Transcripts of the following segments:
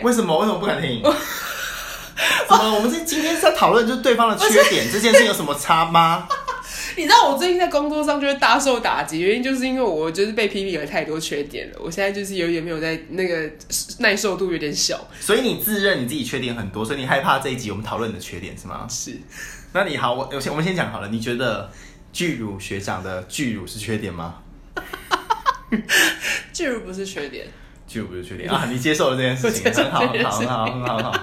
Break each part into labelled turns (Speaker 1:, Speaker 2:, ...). Speaker 1: 为什么？为什么不敢听？怎么？我们这今天在讨论就是对方的缺点，这件事有什么差吗？
Speaker 2: 你知道我最近在工作上就是大受打击，原因就是因为我就是被批评了太多缺点了，我现在就是有点没有在那个耐受度有点小，
Speaker 1: 所以你自认你自己缺点很多，所以你害怕这一集我们讨论你的缺点是吗？
Speaker 2: 是
Speaker 1: 那你好，我我先我们先讲好了，你觉得巨乳学长的巨乳是缺点吗？
Speaker 2: 巨乳不是缺点，
Speaker 1: 巨乳不是缺点啊，你接受了这件事情，
Speaker 2: 我接受
Speaker 1: 很好，
Speaker 2: 这
Speaker 1: 很
Speaker 2: 件
Speaker 1: 好，
Speaker 2: 事
Speaker 1: 很好，很好，很好，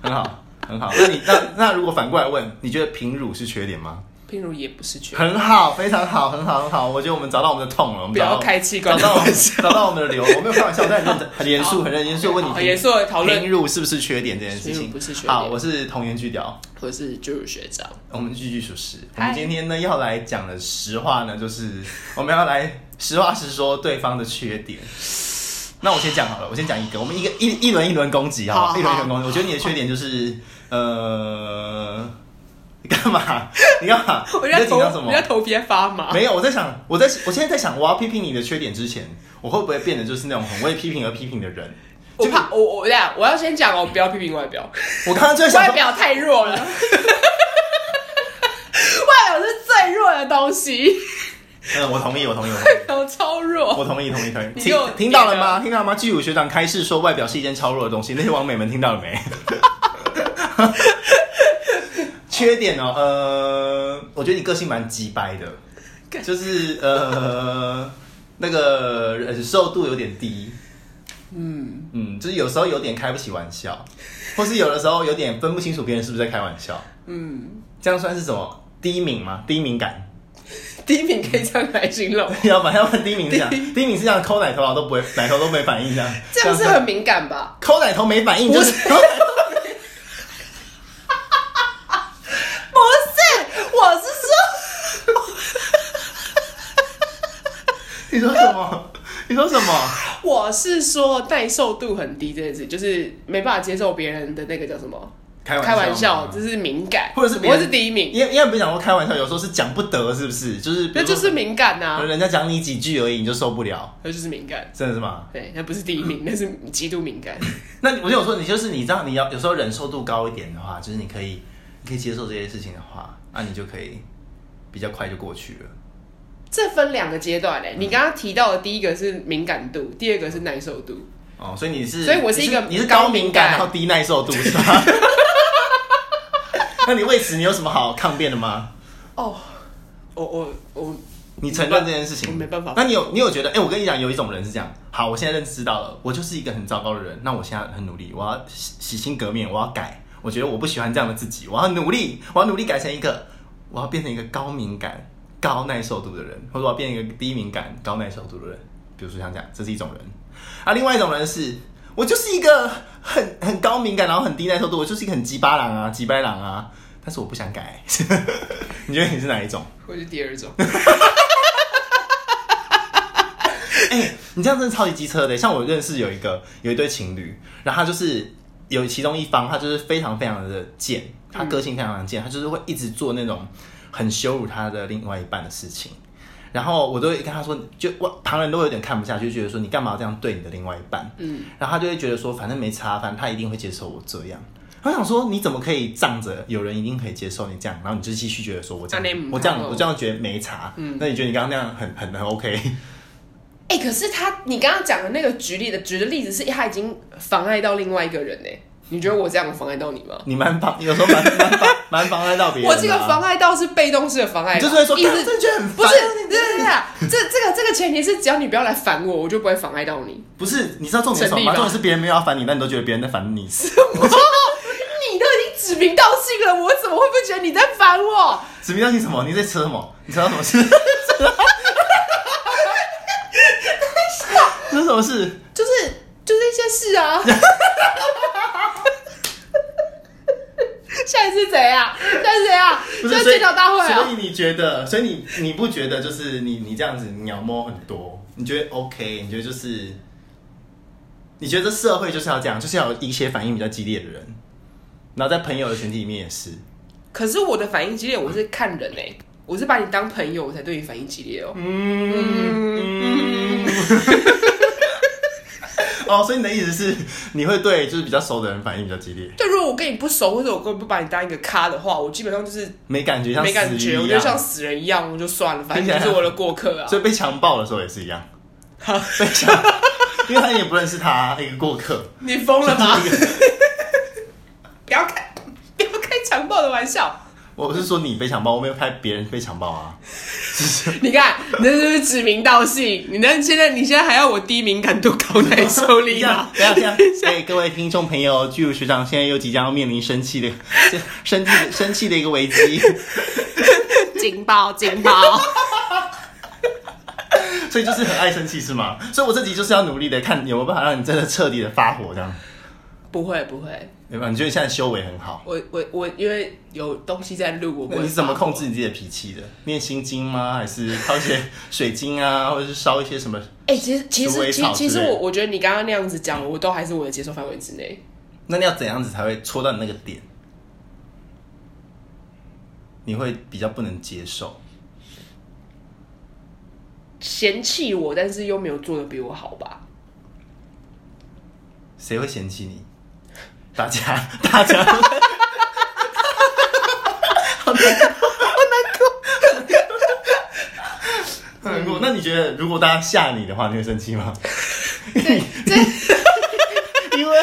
Speaker 1: 很好，很好。那你那那如果反过来问，你觉得平乳是缺点吗？
Speaker 2: 譬如也不是缺点，
Speaker 1: 很好，非常好，很好，很好。我觉得我们找到我们的痛了，我们
Speaker 2: 不
Speaker 1: 找
Speaker 2: 要
Speaker 1: 到
Speaker 2: 开器官
Speaker 1: 找
Speaker 2: 的
Speaker 1: 到我
Speaker 2: 玩
Speaker 1: 们
Speaker 2: 笑，
Speaker 1: 找到我们的流，我没有开玩笑，我在很 认真、很严肃、很认真严肃地问你
Speaker 2: 好
Speaker 1: 平
Speaker 2: 严肃的讨论
Speaker 1: 平乳是不是缺点这件事
Speaker 2: 平
Speaker 1: 情
Speaker 2: 乳不是缺？点
Speaker 1: 好，我是童颜巨屌，
Speaker 2: 我是巨乳学长，
Speaker 1: 我们句句属实。我
Speaker 2: 嗨
Speaker 1: 们今天呢要来讲的实话呢，就是我们要来实话实说对方的缺点。那我先讲好了，我先讲一个，我们一个一一轮一轮攻击
Speaker 2: 好
Speaker 1: 好
Speaker 2: 好
Speaker 1: 了，一轮一轮攻击。我觉得你的缺点就是呃，你干嘛？你干嘛？
Speaker 2: 我
Speaker 1: 你在
Speaker 2: 在
Speaker 1: 紧
Speaker 2: 头
Speaker 1: 张什么
Speaker 2: 我？在头皮在发 麻，
Speaker 1: 没有，我在想，我在我现在在想，我要批评你的缺点之前，我会不会变得就是那种很为批评而批评的人？
Speaker 2: 我怕我我这样，我要先讲哦，不要批评外表，
Speaker 1: 我刚刚就在想
Speaker 2: 外
Speaker 1: 说，
Speaker 2: 表太弱 了，外表是最弱的东西，
Speaker 1: 嗯，我同意，我同意，我同
Speaker 2: 外
Speaker 1: 意。
Speaker 2: 表超弱，
Speaker 1: 我同意，同意，同意。
Speaker 2: 你
Speaker 1: 听
Speaker 2: 又
Speaker 1: 听到了吗？听到了吗？巨乳学长开示说，外表是一件超弱的东西。那些网美们听到了 没？缺点哦，呃，我觉得你个性蛮鸡掰的，
Speaker 2: 干
Speaker 1: 就是呃，那个忍受度有点低。
Speaker 2: 嗯，
Speaker 1: 嗯，就是有时候有点开不起玩笑，或是有的时候有点分不清楚别人是不是在开玩笑。
Speaker 2: 嗯，
Speaker 1: 这样算是什么低敏吗？低敏感？
Speaker 2: 低频可以这样来形容，
Speaker 1: 要不然要不然低敏是这样，
Speaker 2: 低
Speaker 1: 低敏是这样抠奶头啊都不会，奶头都没反应这样。
Speaker 2: 这样是
Speaker 1: 算
Speaker 2: 很敏感吧？
Speaker 1: 抠奶头没反应，就是抠奶头
Speaker 2: 不是，我是说，
Speaker 1: 你说什么？你说什么？
Speaker 2: 我是说耐受度很低这件事，就是没办法接受别人的那个叫什么
Speaker 1: 开玩笑
Speaker 2: 开玩笑，
Speaker 1: 吗
Speaker 2: 就是敏感，
Speaker 1: 或者是别
Speaker 2: 我
Speaker 1: 人
Speaker 2: 是第一名，
Speaker 1: 因为因为不是讲过开玩笑，有时候是讲不得，是不是？就是比
Speaker 2: 那
Speaker 1: 如说
Speaker 2: 就是敏感呐、
Speaker 1: 人家讲你几句而已，你就受不了，
Speaker 2: 那就是敏感。
Speaker 1: 真的是吗？
Speaker 2: 对，那不是第一名，那是极度敏感。
Speaker 1: 那你我就有说，你就是你知道，你要有时候忍受度高一点的话，就是你可以，你可以接受这些事情的话，那、你就可以比较快就过去了。
Speaker 2: 这分两个阶段嘞、你刚刚提到的第一个是敏感度，第二个是耐受度。
Speaker 1: 哦，所以你是，
Speaker 2: 所以我是一个
Speaker 1: 你你是高
Speaker 2: 敏
Speaker 1: 敏感，
Speaker 2: 感
Speaker 1: 然后低耐受度，是吧？ 那你为此你有什么好抗辩的吗？
Speaker 2: 哦，我我我
Speaker 1: 你承认这件事情，
Speaker 2: 我没办法
Speaker 1: 那你有你有觉得？哎、我跟你讲，有一种人是这样。好，我现在认知到了，我就是一个很糟糕的人。那我现在很努力，我要洗洗心革面，我要改。我觉得我不喜欢这样的自己，我要努力，我要努力改成一个，我要变成一个高敏感、高耐受度的人，或者我要变成一个低敏感、高耐受度的人。比如说像这样，这是一种人。啊，另外一种人是，我就是一个很很高敏感，然后很低耐受度，我就是一个很鸡巴狼啊、鸡掰狼啊，但是我不想改。 你觉得你是哪一种？
Speaker 2: 我是第二种。
Speaker 1: 哎、你这样真的超级机车的。像我认识有一个有一对情侣，然后他就是有其中一方，他就是非常非常的贱，他个性非常的贱，他就是会一直做那种很羞辱他的另外一半的事情。然后我都会跟他说，就我旁人都会有点看不下去，就觉得说你干嘛这样对你的另外一半？
Speaker 2: 嗯，
Speaker 1: 然后他就会觉得说，反正没差，反正他一定会接受我这样。我想说，你怎么可以仗着有人一定可以接受你这样，然后你就继续觉得说我这
Speaker 2: 那你
Speaker 1: 样，
Speaker 2: 唔
Speaker 1: 我这样，
Speaker 2: 好哦
Speaker 1: 我这样觉得没差。
Speaker 2: 嗯
Speaker 1: 那你觉得你刚刚那样很很很 OK？
Speaker 2: 哎、可是他，你刚刚讲的那个举例的举的例子是，他已经妨碍到另外一个人呢、你觉得我这样妨碍到你吗？
Speaker 1: 你蛮妨，有时候蛮蛮妨蛮妨碍到别人、
Speaker 2: 我
Speaker 1: 的。啊
Speaker 2: 这个妨，碍到是被动式的妨碍吧，啊
Speaker 1: 就是会说，
Speaker 2: 意
Speaker 1: 干
Speaker 2: 思
Speaker 1: 真的觉得很
Speaker 2: 不
Speaker 1: 烦
Speaker 2: 是，对对对，对这这个这个前提是，只要你不要来烦我，我就不会妨碍到 你。
Speaker 1: 不是，你知道重点是什么吗？
Speaker 2: 成立吧
Speaker 1: 重点是别人没有要烦你，但你都觉得别人在烦你。
Speaker 2: 你都已经指名道姓了，我怎么会不觉得你在烦我？
Speaker 1: 指名道姓什么？你在扯什么？你扯到什么 事？这是什么事？
Speaker 2: 就是就是一些事 啊。下一次谁啊？下一次谁啊？
Speaker 1: 不是
Speaker 2: 下次
Speaker 1: 所以
Speaker 2: 检讨大会
Speaker 1: 所以
Speaker 2: 啊！
Speaker 1: 你觉得，所以你你不觉得就是你你这样子鸟摸很多？你觉得 OK？你觉得就是你觉得社会就是要这样，就是要有一些反应比较激烈的人，然后在朋友的群体里面也是。
Speaker 2: 可是我的反应激烈，我是看人哎、我是把你当朋友，我才对你反
Speaker 1: 嗯
Speaker 2: 应激烈哦、
Speaker 1: 嗯，嗯我哦，所以你的意思是，你会对就是比较熟的人反应比较激烈，
Speaker 2: 对，如果我跟你不熟，或者我根本不把你当一个咖的话，我基本上就是
Speaker 1: 没感觉像
Speaker 2: 没感
Speaker 1: 死鱼
Speaker 2: 觉，我
Speaker 1: 一
Speaker 2: 就
Speaker 1: 样，
Speaker 2: 像死人一样，我就算了，反
Speaker 1: 听
Speaker 2: 正
Speaker 1: 起
Speaker 2: 你
Speaker 1: 来
Speaker 2: 是我的过 客啊
Speaker 1: 所。以被强暴的时候也是一样，
Speaker 2: 好，
Speaker 1: 被强，因为他也不认识他，一个过客。
Speaker 2: 你疯了吗？ 不要开， 不要开强暴的玩笑。
Speaker 1: 我是说你被强暴，我没有拍别人被强暴啊。
Speaker 2: 你看，你那就是指名道姓。你那现在，你现在还要我低敏感度高耐受
Speaker 1: 这
Speaker 2: 力
Speaker 1: 样
Speaker 2: 吗？
Speaker 1: 这样这样， 哎，各位听众朋友，巨乳学长现在又即将要面临生气的、生生气的、生气的一个危机，
Speaker 2: 警报，警报！
Speaker 1: 所以就是很爱生气是吗？所以我这集就是要努力的看有没有办法让你真的彻底的发火，这样
Speaker 2: 不会，不会，
Speaker 1: 对吧？你觉得你现在修为很好，
Speaker 2: 我我我，因为有东西在录，我不
Speaker 1: 那
Speaker 2: 会。
Speaker 1: 你是怎么控制？你自己的脾气的？念心经吗？还是靠一 些水晶啊，或者是烧一些什么？
Speaker 2: 哎、其实其
Speaker 1: 鼠尾
Speaker 2: 实其
Speaker 1: 草
Speaker 2: 其
Speaker 1: 之
Speaker 2: 实
Speaker 1: 类的
Speaker 2: 我我觉得你刚刚那样子讲，我都还是我的接受范围之内。
Speaker 1: 那你要怎样子才会戳到你那个点？你会比较不能接受。
Speaker 2: 嫌弃我，但是又没有做的比我好吧？
Speaker 1: 谁会嫌弃你？大 家，大家。好难过，好难过。很难过。那你觉得，如果大家吓你的话，你会生气吗？
Speaker 2: 对，这
Speaker 1: 因为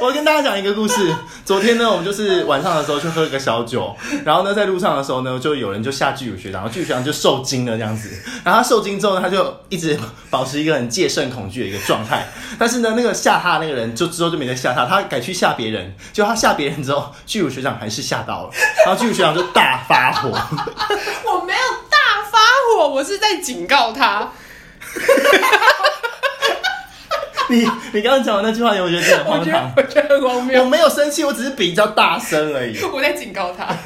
Speaker 1: 我要跟大家讲一个故事。昨天呢，我们就是晚上的时候去喝个小酒，然后呢，在路上的时候呢，就有人就下巨乳学长，然后巨乳学长就受惊了这样子。然后他受惊之后呢，他就一直保持一个很戒慎恐惧的一个状态。但是呢，那个吓他的那个人就之后就没再吓他，他改去吓别人。就他吓别人之后，巨乳学长还是吓到了，然后巨乳学长就大发火。
Speaker 2: 我没有大发火，我是在警告他。
Speaker 1: 你你刚刚讲的那句话，你有没有觉得真的很
Speaker 2: 我
Speaker 1: 荒
Speaker 2: 觉得
Speaker 1: 唐？
Speaker 2: 我觉得很荒
Speaker 1: 我
Speaker 2: 谬，
Speaker 1: 没有生气，我只是比较大声而已。
Speaker 2: 我在警告他，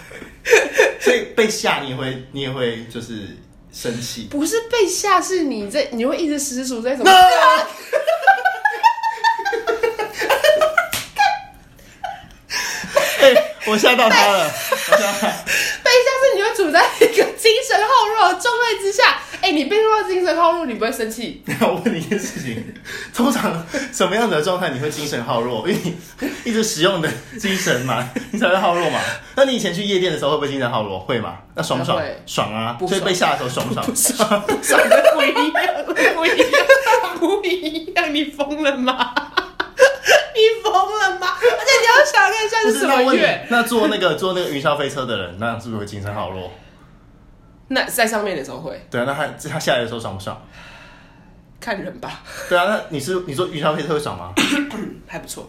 Speaker 1: 所以被吓你也会，你也会就是生 气。
Speaker 2: 不是被吓，是你在你会一直死死数在什么？
Speaker 1: 哎，我吓到他了，我吓到他。
Speaker 2: 被吓是你会处在一个精神耗弱的状态之下。哎、你被弱到精神耗弱，你不会生气？
Speaker 1: 那我问你一件事情，通常什么样子的状态你会精神耗弱？因为你一直使用你的精神嘛，你才会耗弱嘛。那你以前去夜店的时候会不会精神耗弱？会嘛？那爽不爽
Speaker 2: 不会？
Speaker 1: 爽啊！
Speaker 2: 不
Speaker 1: 所
Speaker 2: 爽
Speaker 1: 以被吓的时候爽不爽？
Speaker 2: 不爽，不爽的不一样，不一样，不一样，你疯了吗？你疯了吗？而且你要想看一下
Speaker 1: 不
Speaker 2: 是
Speaker 1: 是
Speaker 2: 什
Speaker 1: 那
Speaker 2: 么
Speaker 1: 问你
Speaker 2: 月，，
Speaker 1: 那坐那个坐那个云霄飞车的人，那是不是会精神耗弱？
Speaker 2: 那在上面的时候会
Speaker 1: 对啊，那他他下来的时候爽不爽？
Speaker 2: 看人吧，
Speaker 1: 对啊，那你是你坐云霄飞车会爽吗？
Speaker 2: 还不错。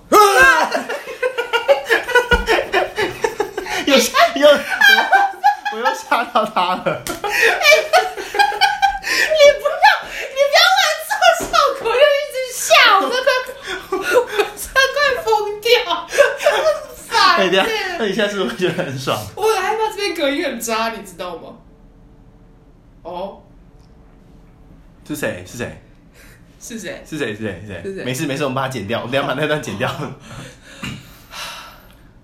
Speaker 1: 又又我我又吓到他了。
Speaker 2: 你不要，你不要玩这种效果，又一直吓我，真的，我真的快疯掉，很烦、
Speaker 1: 哎，等一下，那
Speaker 2: 欸。
Speaker 1: 你现在是不是觉得很爽？
Speaker 2: 我很害怕这边隔音很渣，你知道吗？哦，
Speaker 1: 是谁？是谁？
Speaker 2: 是谁？
Speaker 1: 是谁？是谁？是
Speaker 2: 是
Speaker 1: 谁？
Speaker 2: 谁
Speaker 1: 没事没事，我们把它剪掉，我们等一下把那段剪掉。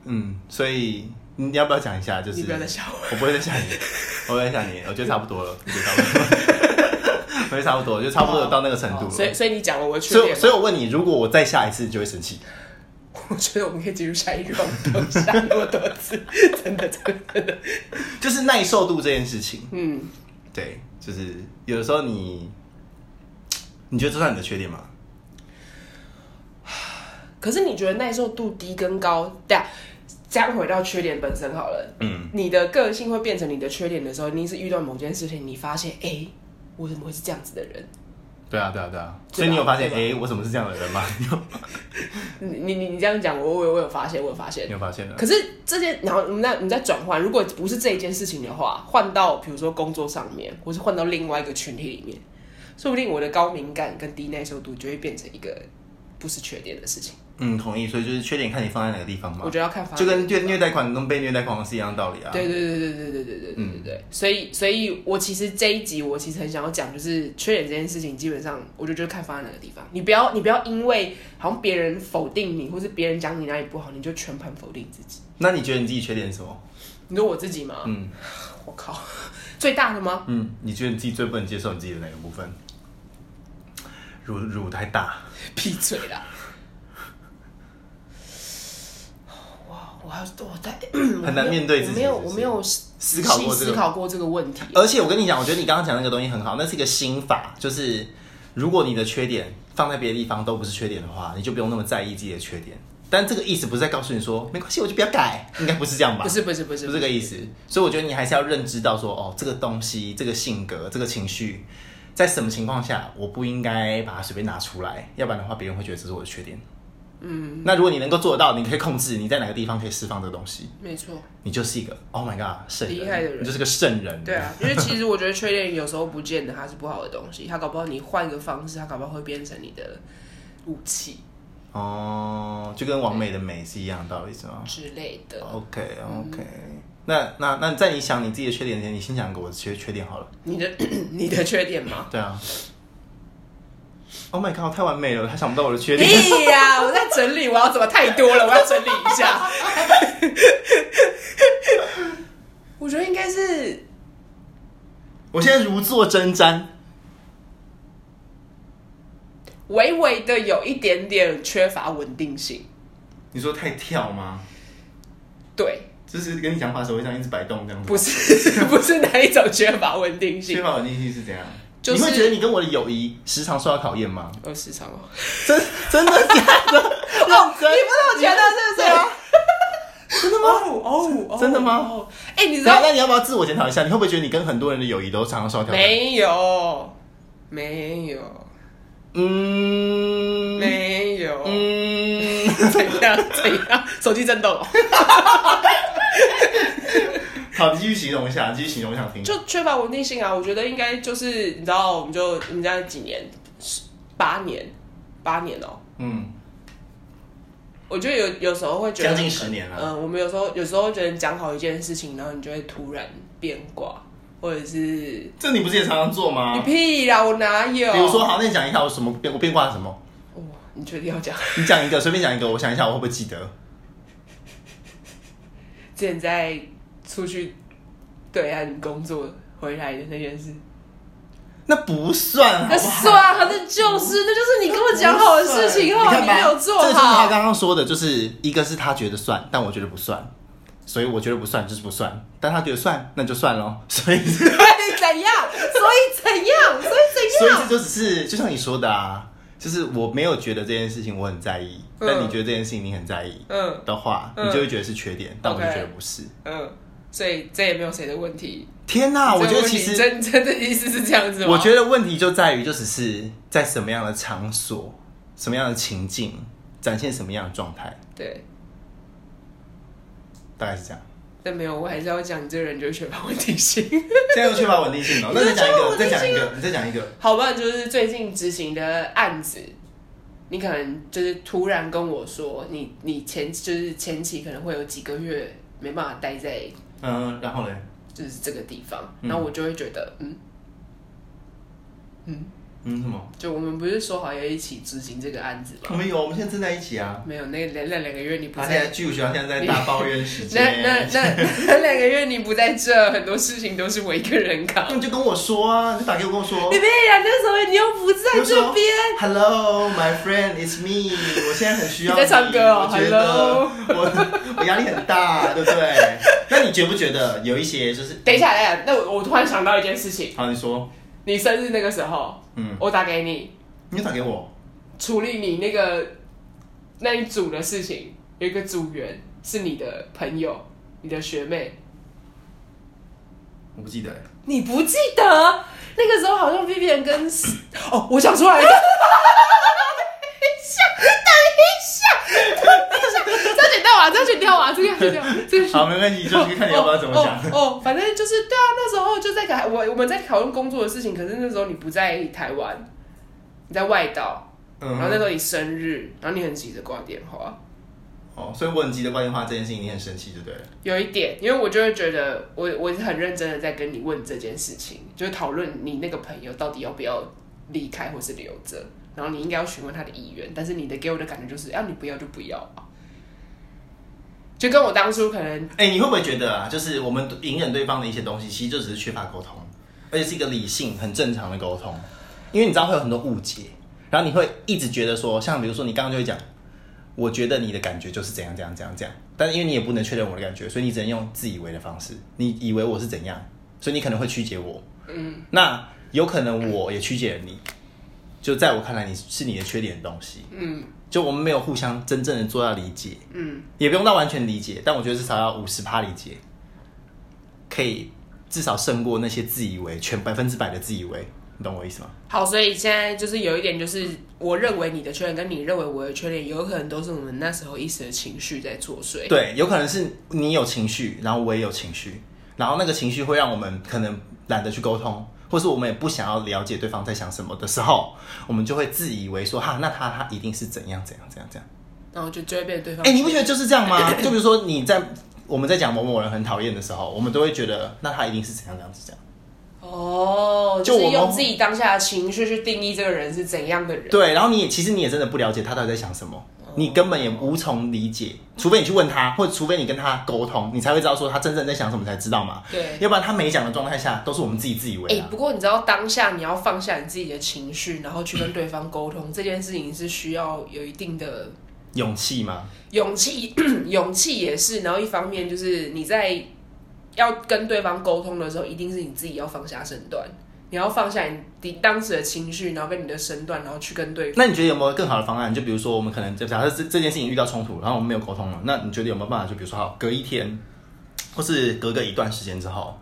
Speaker 1: 嗯，所以你要不要讲一下？就是
Speaker 2: 你不要再吓我
Speaker 1: 我不会再吓你，我不会再吓你，我觉得差不多了，我觉得差不多了，我觉得差不多了，就差不多有到那个程度
Speaker 2: 哦
Speaker 1: 了。
Speaker 2: 所以，所以你讲了我的缺
Speaker 1: 所以，
Speaker 2: 点吗，
Speaker 1: 所以我问你，如果我再下一次，你就会生气？
Speaker 2: 我觉得我们可以进入下一个，我们都下过多次，真的真的真的。
Speaker 1: 就是耐受度这件事情，
Speaker 2: 嗯，
Speaker 1: 对，就是有的时候你，你觉得这算你的缺点吗？
Speaker 2: 可是你觉得耐受度低跟高，对啊，这样回到缺点本身好了。
Speaker 1: 嗯，
Speaker 2: 你的个性会变成你的缺点的时候，你是遇到某件事情，你发现，哎、我怎么会是这样子的人？
Speaker 1: 对啊，对啊，对啊。
Speaker 2: 对吧
Speaker 1: 所以你有发现，哎、
Speaker 2: 对啊
Speaker 1: 我怎么是这样的人吗？你有
Speaker 2: 你你你你这样讲，我我有我有发现，我有发现
Speaker 1: 你。有发现了？
Speaker 2: 可是这件，然后我们再我们再转换，如果不是这一件事情的话，换到比如说工作上面，或是换到另外一个群体里面，说不定我的高敏感跟低耐受度就会变成一个不是缺点的事情。
Speaker 1: 嗯，同意。所以就是缺点看你放在哪个地方嘛
Speaker 2: 我。觉得要看发
Speaker 1: 就跟虐虐待狂跟被虐待狂是一样的道理啊。嗯
Speaker 2: 对对对对对对对对对对对，所以所以，我其实这一集我其实很想要讲，就是缺点这件事情，基本上我就觉得看发在哪个地方，你不要你不要因为好像别人否定你，或是别人讲你哪里不好，你就全盘否定自己。
Speaker 1: 那你觉得你自己缺点是什么？
Speaker 2: 你说我自己吗？
Speaker 1: 嗯，
Speaker 2: 我靠， 最大的吗？
Speaker 1: 嗯，你觉得你自己最不能接受你自己的哪个部分？乳乳太大，
Speaker 2: 闭嘴啦！啊，我 在
Speaker 1: 很难面对自己
Speaker 2: 我没有，
Speaker 1: 是不
Speaker 2: 我
Speaker 1: 是思
Speaker 2: 没有
Speaker 1: 考过这
Speaker 2: 思
Speaker 1: 个呃
Speaker 2: 考过这个问题。
Speaker 1: 而且我跟你讲，我觉得你刚刚讲那个东西很好，那是一个心法，就是如果你的缺点放在别的地方都不是缺点的话，你就不用那么在意自己的缺点。但这个意思不是在告诉你说没关系，我就不要改， 应该不是这样吧？
Speaker 2: 不是不是不是
Speaker 1: 不是这个意思。所以我觉得你还是要认知到说，哦，这个东西、这个性格、这个情绪，在什么情况下我不应该把它随便拿出来，要不然的话别人会觉得这是我的缺点。嗯，那如果你能够做得到，你可以控制你在哪个地方可以释放这个东西，
Speaker 2: 没错，
Speaker 1: 你就是一个 Oh my God 圣人，
Speaker 2: 厉害的人
Speaker 1: 你就是个圣人。
Speaker 2: 对啊，因为其实我觉得缺点有时候不见得它是不好的东西，它搞不好你换个方式，它搞不好会变成你的武器
Speaker 1: 哦，就跟完美的美是一样的道理是吗
Speaker 2: 之类的。
Speaker 1: ？OK OK，、那那那在你想你自己的缺点之前，你先讲一个我的缺缺点好了。
Speaker 2: 你的 你的缺点吗？
Speaker 1: 对啊。Oh my god！太完美了，他想不到我的缺点。
Speaker 2: 哎呀，我在整理，我要怎么太多了，我要整理一下。 我觉得应该是
Speaker 1: 我现在如坐针毡。
Speaker 2: 微微的有一点点缺乏稳定性，
Speaker 1: 你说太跳吗？
Speaker 2: 对，
Speaker 1: 就是跟你讲话手会这样一直摆动这样子。
Speaker 2: 不是 不是哪一种缺乏稳定
Speaker 1: 缺
Speaker 2: 性，
Speaker 1: 乏稳定性是怎样？
Speaker 2: 就是
Speaker 1: 你会觉得你跟我的友谊时常受到考验吗？
Speaker 2: 二十场哦。
Speaker 1: 真真的假的？ 认真？
Speaker 2: 你不这么觉得是不是？
Speaker 1: 真的吗？
Speaker 2: 哦哦哦
Speaker 1: 真的吗
Speaker 2: 哦哎、你知
Speaker 1: 那
Speaker 2: 道
Speaker 1: 那你要不要自我检讨一下？你会不会觉得你跟很多人的友谊都常常受到挑战？
Speaker 2: 没有？没有，
Speaker 1: 嗯，
Speaker 2: 没有，
Speaker 1: 嗯，
Speaker 2: 怎样怎样？手机震动哦，
Speaker 1: 好，你继续形容一下，继续形容，我想听。
Speaker 2: 就缺乏稳定性啊。我觉得应该就是你知道，我们就我们家几年，八年，八年哦、
Speaker 1: 嗯，
Speaker 2: 我就有有时候会觉得
Speaker 1: 将近十年了
Speaker 2: 嗯、我们有时候有时候觉得你讲好一件事情，然后你就会突然变卦，或者是、
Speaker 1: 这你不是也常常做吗
Speaker 2: 你？屁啦，我哪有？
Speaker 1: 啊比如说，好，那你讲一下我什么变，我变卦了什么？
Speaker 2: 哇，你确定要讲？
Speaker 1: 你讲一个，随便讲一个，我想一下，我会不会记得？
Speaker 2: 之前在出去对岸工作回来的那件事，
Speaker 1: 那不算，好
Speaker 2: 那
Speaker 1: 不好
Speaker 2: 算了，那就是那就是你跟我讲好的事情，
Speaker 1: 你
Speaker 2: 后来
Speaker 1: 看
Speaker 2: 你
Speaker 1: 吧，
Speaker 2: 没有做
Speaker 1: 这就是他
Speaker 2: 好。
Speaker 1: 刚刚说的，就是一个是他觉得算，但我觉得不算，所以我觉得不算就是不算，但他觉得算，那就算咯。 所以，所以
Speaker 2: 对，怎样？所以怎 样？所以怎
Speaker 1: 这
Speaker 2: 样？
Speaker 1: 就只是就像你说的啊，就是我没有觉得这件事情我很在意，
Speaker 2: 嗯
Speaker 1: 但你觉得这件事情你很在意
Speaker 2: 嗯
Speaker 1: 的话，
Speaker 2: 嗯
Speaker 1: 你就会觉得是缺点，但我就
Speaker 2: OK
Speaker 1: 觉得不是。
Speaker 2: 嗯，所以这也没有谁的问题。
Speaker 1: 天哪，啊我觉得
Speaker 2: 这个问
Speaker 1: 其
Speaker 2: 题
Speaker 1: 实，
Speaker 2: 真 真的意思是这样子吗？
Speaker 1: 我觉得问题就在于，就只是在什么样的场所、什么样的情境，展现什么样的状态，
Speaker 2: 对，
Speaker 1: 大概是这样。
Speaker 2: 但没有，我还是要讲，你这个人就是缺乏稳定性。
Speaker 1: 现在又缺乏稳定性 了，那再讲一个，再讲一个，你再讲一个。
Speaker 2: 好吧，就是最近执行的案子，你可能就是突然跟我说，你你前就是前期可能会有几个月没办法待在
Speaker 1: 嗯，然后嘞，
Speaker 2: 就是这个地方，
Speaker 1: 嗯
Speaker 2: 然后我就会觉得，嗯，
Speaker 1: 嗯，什么？
Speaker 2: 就我们不是说好要一起执行这个案子
Speaker 1: 我
Speaker 2: 吗？
Speaker 1: 们有，我们现在正在一起啊。
Speaker 2: 没有，那两那两个月你不
Speaker 1: 他现在
Speaker 2: 在，
Speaker 1: 剧务学校现在在大抱怨时
Speaker 2: 那 那
Speaker 1: 间，
Speaker 2: 那那两个月你不在这，很多事情都是我一个人扛。
Speaker 1: 那你就跟我说啊，你打给我跟我说
Speaker 2: 你。别呀，那时候你又不在
Speaker 1: 比如
Speaker 2: 这
Speaker 1: 说
Speaker 2: 边，
Speaker 1: Hello, my friend, it's me。我现在很需要
Speaker 2: 你在唱歌哦
Speaker 1: 我觉得
Speaker 2: Hello
Speaker 1: 我 我压力很大，对不对？那你觉不觉得有一些就是？
Speaker 2: 等一下，等一下，那我我突然想到一件事情，
Speaker 1: 好，你说，
Speaker 2: 你生日那个时候，
Speaker 1: 嗯，
Speaker 2: 我打给你，
Speaker 1: 你就打给我，
Speaker 2: 处理你那个那一组的事情，有一个组员是你的朋友，你的学妹，
Speaker 1: 我不记得欸。
Speaker 2: 你不记得？那个时候好像 Vivian 跟哦，我想出来了。等一下，等一下，等一下，这要剪掉啊，这要剪掉啊，这个要剪掉，这个
Speaker 1: 好，没关系，就是看你要不要怎么讲。
Speaker 2: 哦哦哦反正就是对啊，那时候就在讨我我们在讨论工作的事情，可是那时候你不在台湾，你在外岛，
Speaker 1: 嗯
Speaker 2: 然后那时候你生日，然后你很急着挂电话，
Speaker 1: 哦，所以我很急着挂电话这件事情，你很生气，对不对了？
Speaker 2: 有一点，因为我就会觉得我我是很认真的在跟你问这件事情，就是讨论你那个朋友到底要不要离开或是留着，然后你应该要询问他的意愿，但是你的给我的感觉就是，要、你不要就不要啊，就跟我当初可能
Speaker 1: 哎、你会不会觉得啊，就是我们隐忍对方的一些东西，其实就只是缺乏沟通，而且是一个理性、很正常的沟通，因为你知道会有很多误解，然后你会一直觉得说，像比如说你刚刚就会讲，我觉得你的感觉就是怎样怎样怎样怎样，但是因为你也不能确认我的感觉，所以你只能用自以为的方式，你以为我是怎样，所以你可能会曲解我。嗯，那有可能我也曲解了你，就在我看来，你是你的缺点的东西。
Speaker 2: 嗯
Speaker 1: 就我们没有互相真正的做到理解，
Speaker 2: 嗯，
Speaker 1: 也不用到完全理解，但我觉得至少要五十趴理解，可以至少胜过那些自以为全百分之百的自以为，你懂我意思吗？
Speaker 2: 好，所以现在就是有一点，就是我认为你的缺点跟你认为我的缺点，有可能都是我们那时候一时的情绪在作祟。
Speaker 1: 对，有可能是你有情绪，然后我也有情绪，然后那个情绪会让我们可能懒得去沟通，或是我们也不想要了解对方在想什么的时候，我们就会自以为说哈，那他他一定是怎样怎样怎样怎样。
Speaker 2: 然后就就会被对方。
Speaker 1: 哎、你不觉得就是这样吗？就比如说你在我们在讲某某人很讨厌的时候，我们都会觉得那他一定是怎样怎样怎样。
Speaker 2: 哦，
Speaker 1: 就我
Speaker 2: 是
Speaker 1: 们
Speaker 2: 用自己当下的情绪去定义这个人是怎样的人。
Speaker 1: 对，然后你也其实你也真的不了解他到底在想什么，你根本也无从理解，除非你去问他，或者除非你跟他沟通，你才会知道说他真正在想什么，才知道嘛。
Speaker 2: 对。
Speaker 1: 要不然他没讲的状态下，都是我们自己自以
Speaker 2: 哎、
Speaker 1: 为啊。
Speaker 2: 不过你知道当下你要放下你自己的情绪，然后去跟对方沟通这件事情是需要有一定的
Speaker 1: 勇气嘛，
Speaker 2: 勇气， 勇气也是。然后一方面就是你在要跟对方沟通的时候，一定是你自己要放下身段，你要放下你当时的情绪，然后跟你的身段，然后去跟对方。
Speaker 1: 那你觉得有没有更好的方案？就比如说我们可能就假设这这件事情遇到冲突，然后我们没有沟通了，那你觉得有没有办法？就比如说好，隔一天，或是隔个一段时间之后，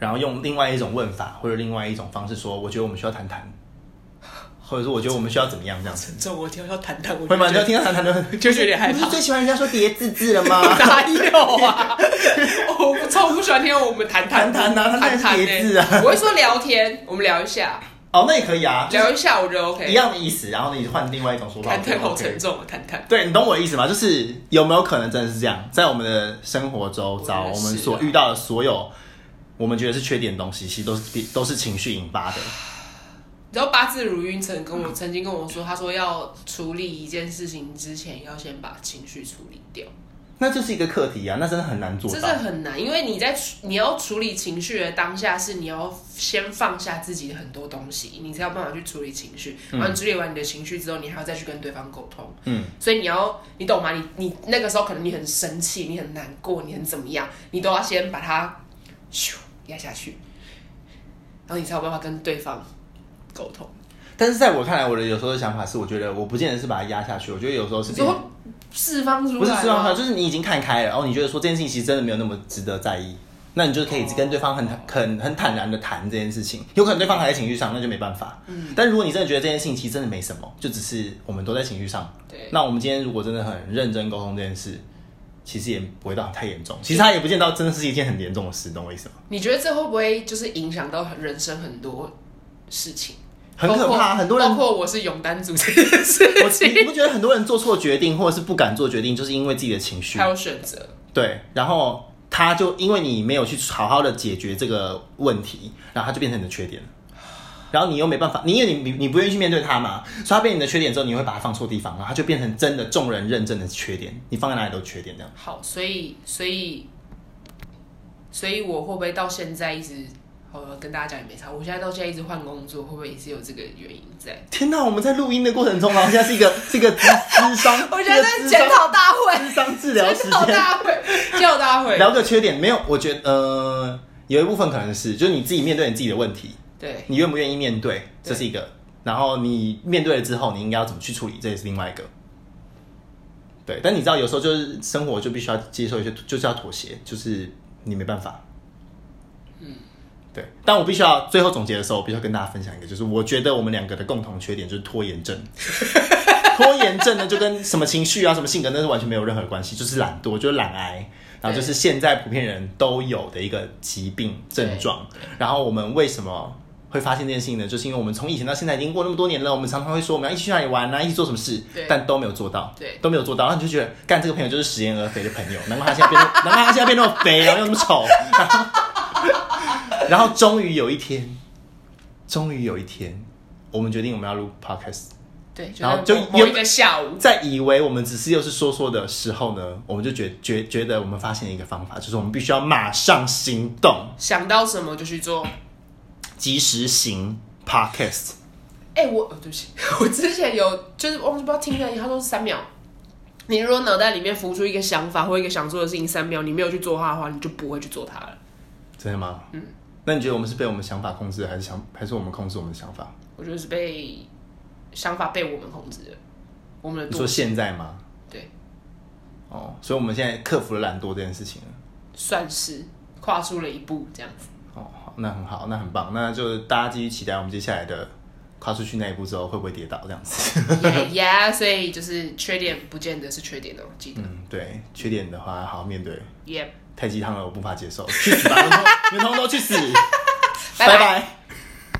Speaker 1: 然后用另外一种问法或者另外一种方式说，我觉得我们需要谈谈，或者是我觉得我们需要怎么样这样子，
Speaker 2: 这我听到谈谈，我
Speaker 1: 会吗？你
Speaker 2: 就
Speaker 1: 要听到谈谈的。
Speaker 2: 就是有点害
Speaker 1: 你不
Speaker 2: 怕
Speaker 1: 是。最喜欢人家说叠字字了吗？
Speaker 2: 哪有 啊？我不超不喜欢听我们谈谈
Speaker 1: 谈谈啊
Speaker 2: 谈
Speaker 1: 谈
Speaker 2: 谈
Speaker 1: 叠字啊
Speaker 2: 欸我会说聊天，我们聊一下，
Speaker 1: 哦，那也可以啊，就是
Speaker 2: 聊一下，我觉得 OK。
Speaker 1: 一样的意思，然后你换另外一种说法。
Speaker 2: 谈谈好
Speaker 1: OK
Speaker 2: 沉重啊，谈谈。
Speaker 1: 对你懂我的意思吗？就是有没有可能真的是这样，在我们的生活周遭，
Speaker 2: 我
Speaker 1: 我
Speaker 2: 觉得是啊
Speaker 1: 们所遇到的所有，我们觉得是缺点的东西，其实都是都是情绪引发的。
Speaker 2: 你知道八字如云曾跟我曾经跟我说，他说要处理一件事情之前，要先把情绪处理掉，
Speaker 1: 那就是一个课题啊，那真的很难做
Speaker 2: 这是
Speaker 1: 到。
Speaker 2: 很难，因为你在处你要处理情绪的当下，是你要先放下自己的很多东西，你才有办法去处理情绪。然后你处理完你的情绪之后，你还要再去跟对方沟通。
Speaker 1: 嗯，
Speaker 2: 所以你要，你懂吗？你你那个时候可能你很生气，你很难过，你很怎么样，你都要先把它咻压下去，然后你才有办法跟对方沟通。
Speaker 1: 但是在我看来，我的有时候的想法是，我觉得我不见得是把它压下去，我觉得有时候是
Speaker 2: 你
Speaker 1: 变
Speaker 2: 说释放出来，
Speaker 1: 不是释放出来，，就是你已经看开了，然后你觉得说这件事情其实真的没有那么值得在意，那你就可以跟对方很很很坦然的谈这件事情。有可能对方还在情绪上，那就没办法。嗯，但如果你真的觉得这件事情其实真的没什么，就只是我们都在情绪上，
Speaker 2: 对，
Speaker 1: 那我们今天如果真的很认真沟通这件事，其实也不会到太严重。其实它也不见到真的是一件很严重的事，懂我意思吗？
Speaker 2: 你觉得这会不会就是影响到人生很多事情？
Speaker 1: 很可
Speaker 2: 包
Speaker 1: 怕，
Speaker 2: 括
Speaker 1: 很多人
Speaker 2: 包括我是勇单组这件事
Speaker 1: 我你
Speaker 2: 情，
Speaker 1: 你不觉得很多人做错决定，或者是不敢做决定，就是因为自己的情绪
Speaker 2: 还？有选择，
Speaker 1: 对，然后他就因为你没有去好好的解决这个问题，然后他就变成你的缺点了。然后你又没办法，你因为你你你不愿意去面对它嘛，所以它变成你的缺点之后，你会把它放错地方，然后它就变成真的众人认证的缺点，你放在哪里都缺点这样。
Speaker 2: 好，所以所以所以我会不会到现在一直？好了，跟大家讲也没差。我现在到现在一直换工作，会不会也是有这个原因在？
Speaker 1: 天哪，我们在录音的过程中，然后现在是一个是一个智智商，
Speaker 2: 我觉得这是
Speaker 1: 智
Speaker 2: 检
Speaker 1: 商
Speaker 2: 讨大会，
Speaker 1: 智 商治疗时
Speaker 2: 检讨
Speaker 1: 间，
Speaker 2: 大会，检讨大会。
Speaker 1: 聊个缺点没有？我觉得呃，有一部分可能是就是你自己面对你自己的问题，
Speaker 2: 对，
Speaker 1: 你愿不愿意面对，这是一个。然后你面对了之后，你应该要怎么去处理，这也是另外一个。对，但你知道，有时候就是生活就必须要接受一些，就是要妥协，就是你没办法。嗯，对。但我必须要最后总结的时候，我必须要跟大家分享一个，就是我觉得我们两个的共同缺点就是拖延 症。拖延症呢，就跟什么情绪啊、什么性格，那是完全没有任何关系，就是懒惰，就是懒癌，然后就是现在普遍人都有的一个疾病症状。然后我们为什么会发现这件事情呢？就是因为我们从以前到现在已经过那么多年了，我们常常会说我们要一起去哪里玩啊，一起做什么事
Speaker 2: 对，
Speaker 1: 但都没有做到，
Speaker 2: 对
Speaker 1: 都没有做到，然后你就觉得干这个朋友就是食言而肥的朋友，难怪他现在变得，难怪他现在变那么肥，然后又那么丑。然后然后终于有一天，终于有一天，我们决定我们要录 podcast。
Speaker 2: 对，
Speaker 1: 然后
Speaker 2: 在
Speaker 1: 就
Speaker 2: 某某
Speaker 1: 有
Speaker 2: 一个下午，
Speaker 1: 在以为我们只是又是说说的时候呢，我们就觉觉觉得我们发现了一个方法，就是我们必须要马上行动，
Speaker 2: 想到什么就去做。
Speaker 1: 及时行 podcast。
Speaker 2: 哎、我、哦、对不起，我之前有就是忘记不知道听了，他说是三秒，你如果脑袋里面浮出一个想法或一个想做的事情三秒，你没有去做它的话，你就不会去做它了。
Speaker 1: 真的吗？嗯。那你觉得我们是被我们想法控制，还是想，还是我们控制我们的想法？
Speaker 2: 我觉得是被想法被我们控制了，我们
Speaker 1: 你
Speaker 2: 的
Speaker 1: 说
Speaker 2: 惰性
Speaker 1: 现在吗？
Speaker 2: 对，
Speaker 1: 哦，所以我们现在克服了懒惰这件事情了。
Speaker 2: 算是跨出了一步这样子。
Speaker 1: 哦，好，那很好，那很棒，那就大家继续期待我们接下来的跨出去那一步之后会不会跌倒这样 子。
Speaker 2: 耶、yeah, 所以就是缺点不见得是缺点哦，记得。
Speaker 1: 嗯，对，缺点的话好好面对。
Speaker 2: 耶、
Speaker 1: 太鸡汤了，我无法接受，去死吧！圆通圆通都去死，
Speaker 2: 拜拜
Speaker 1: 拜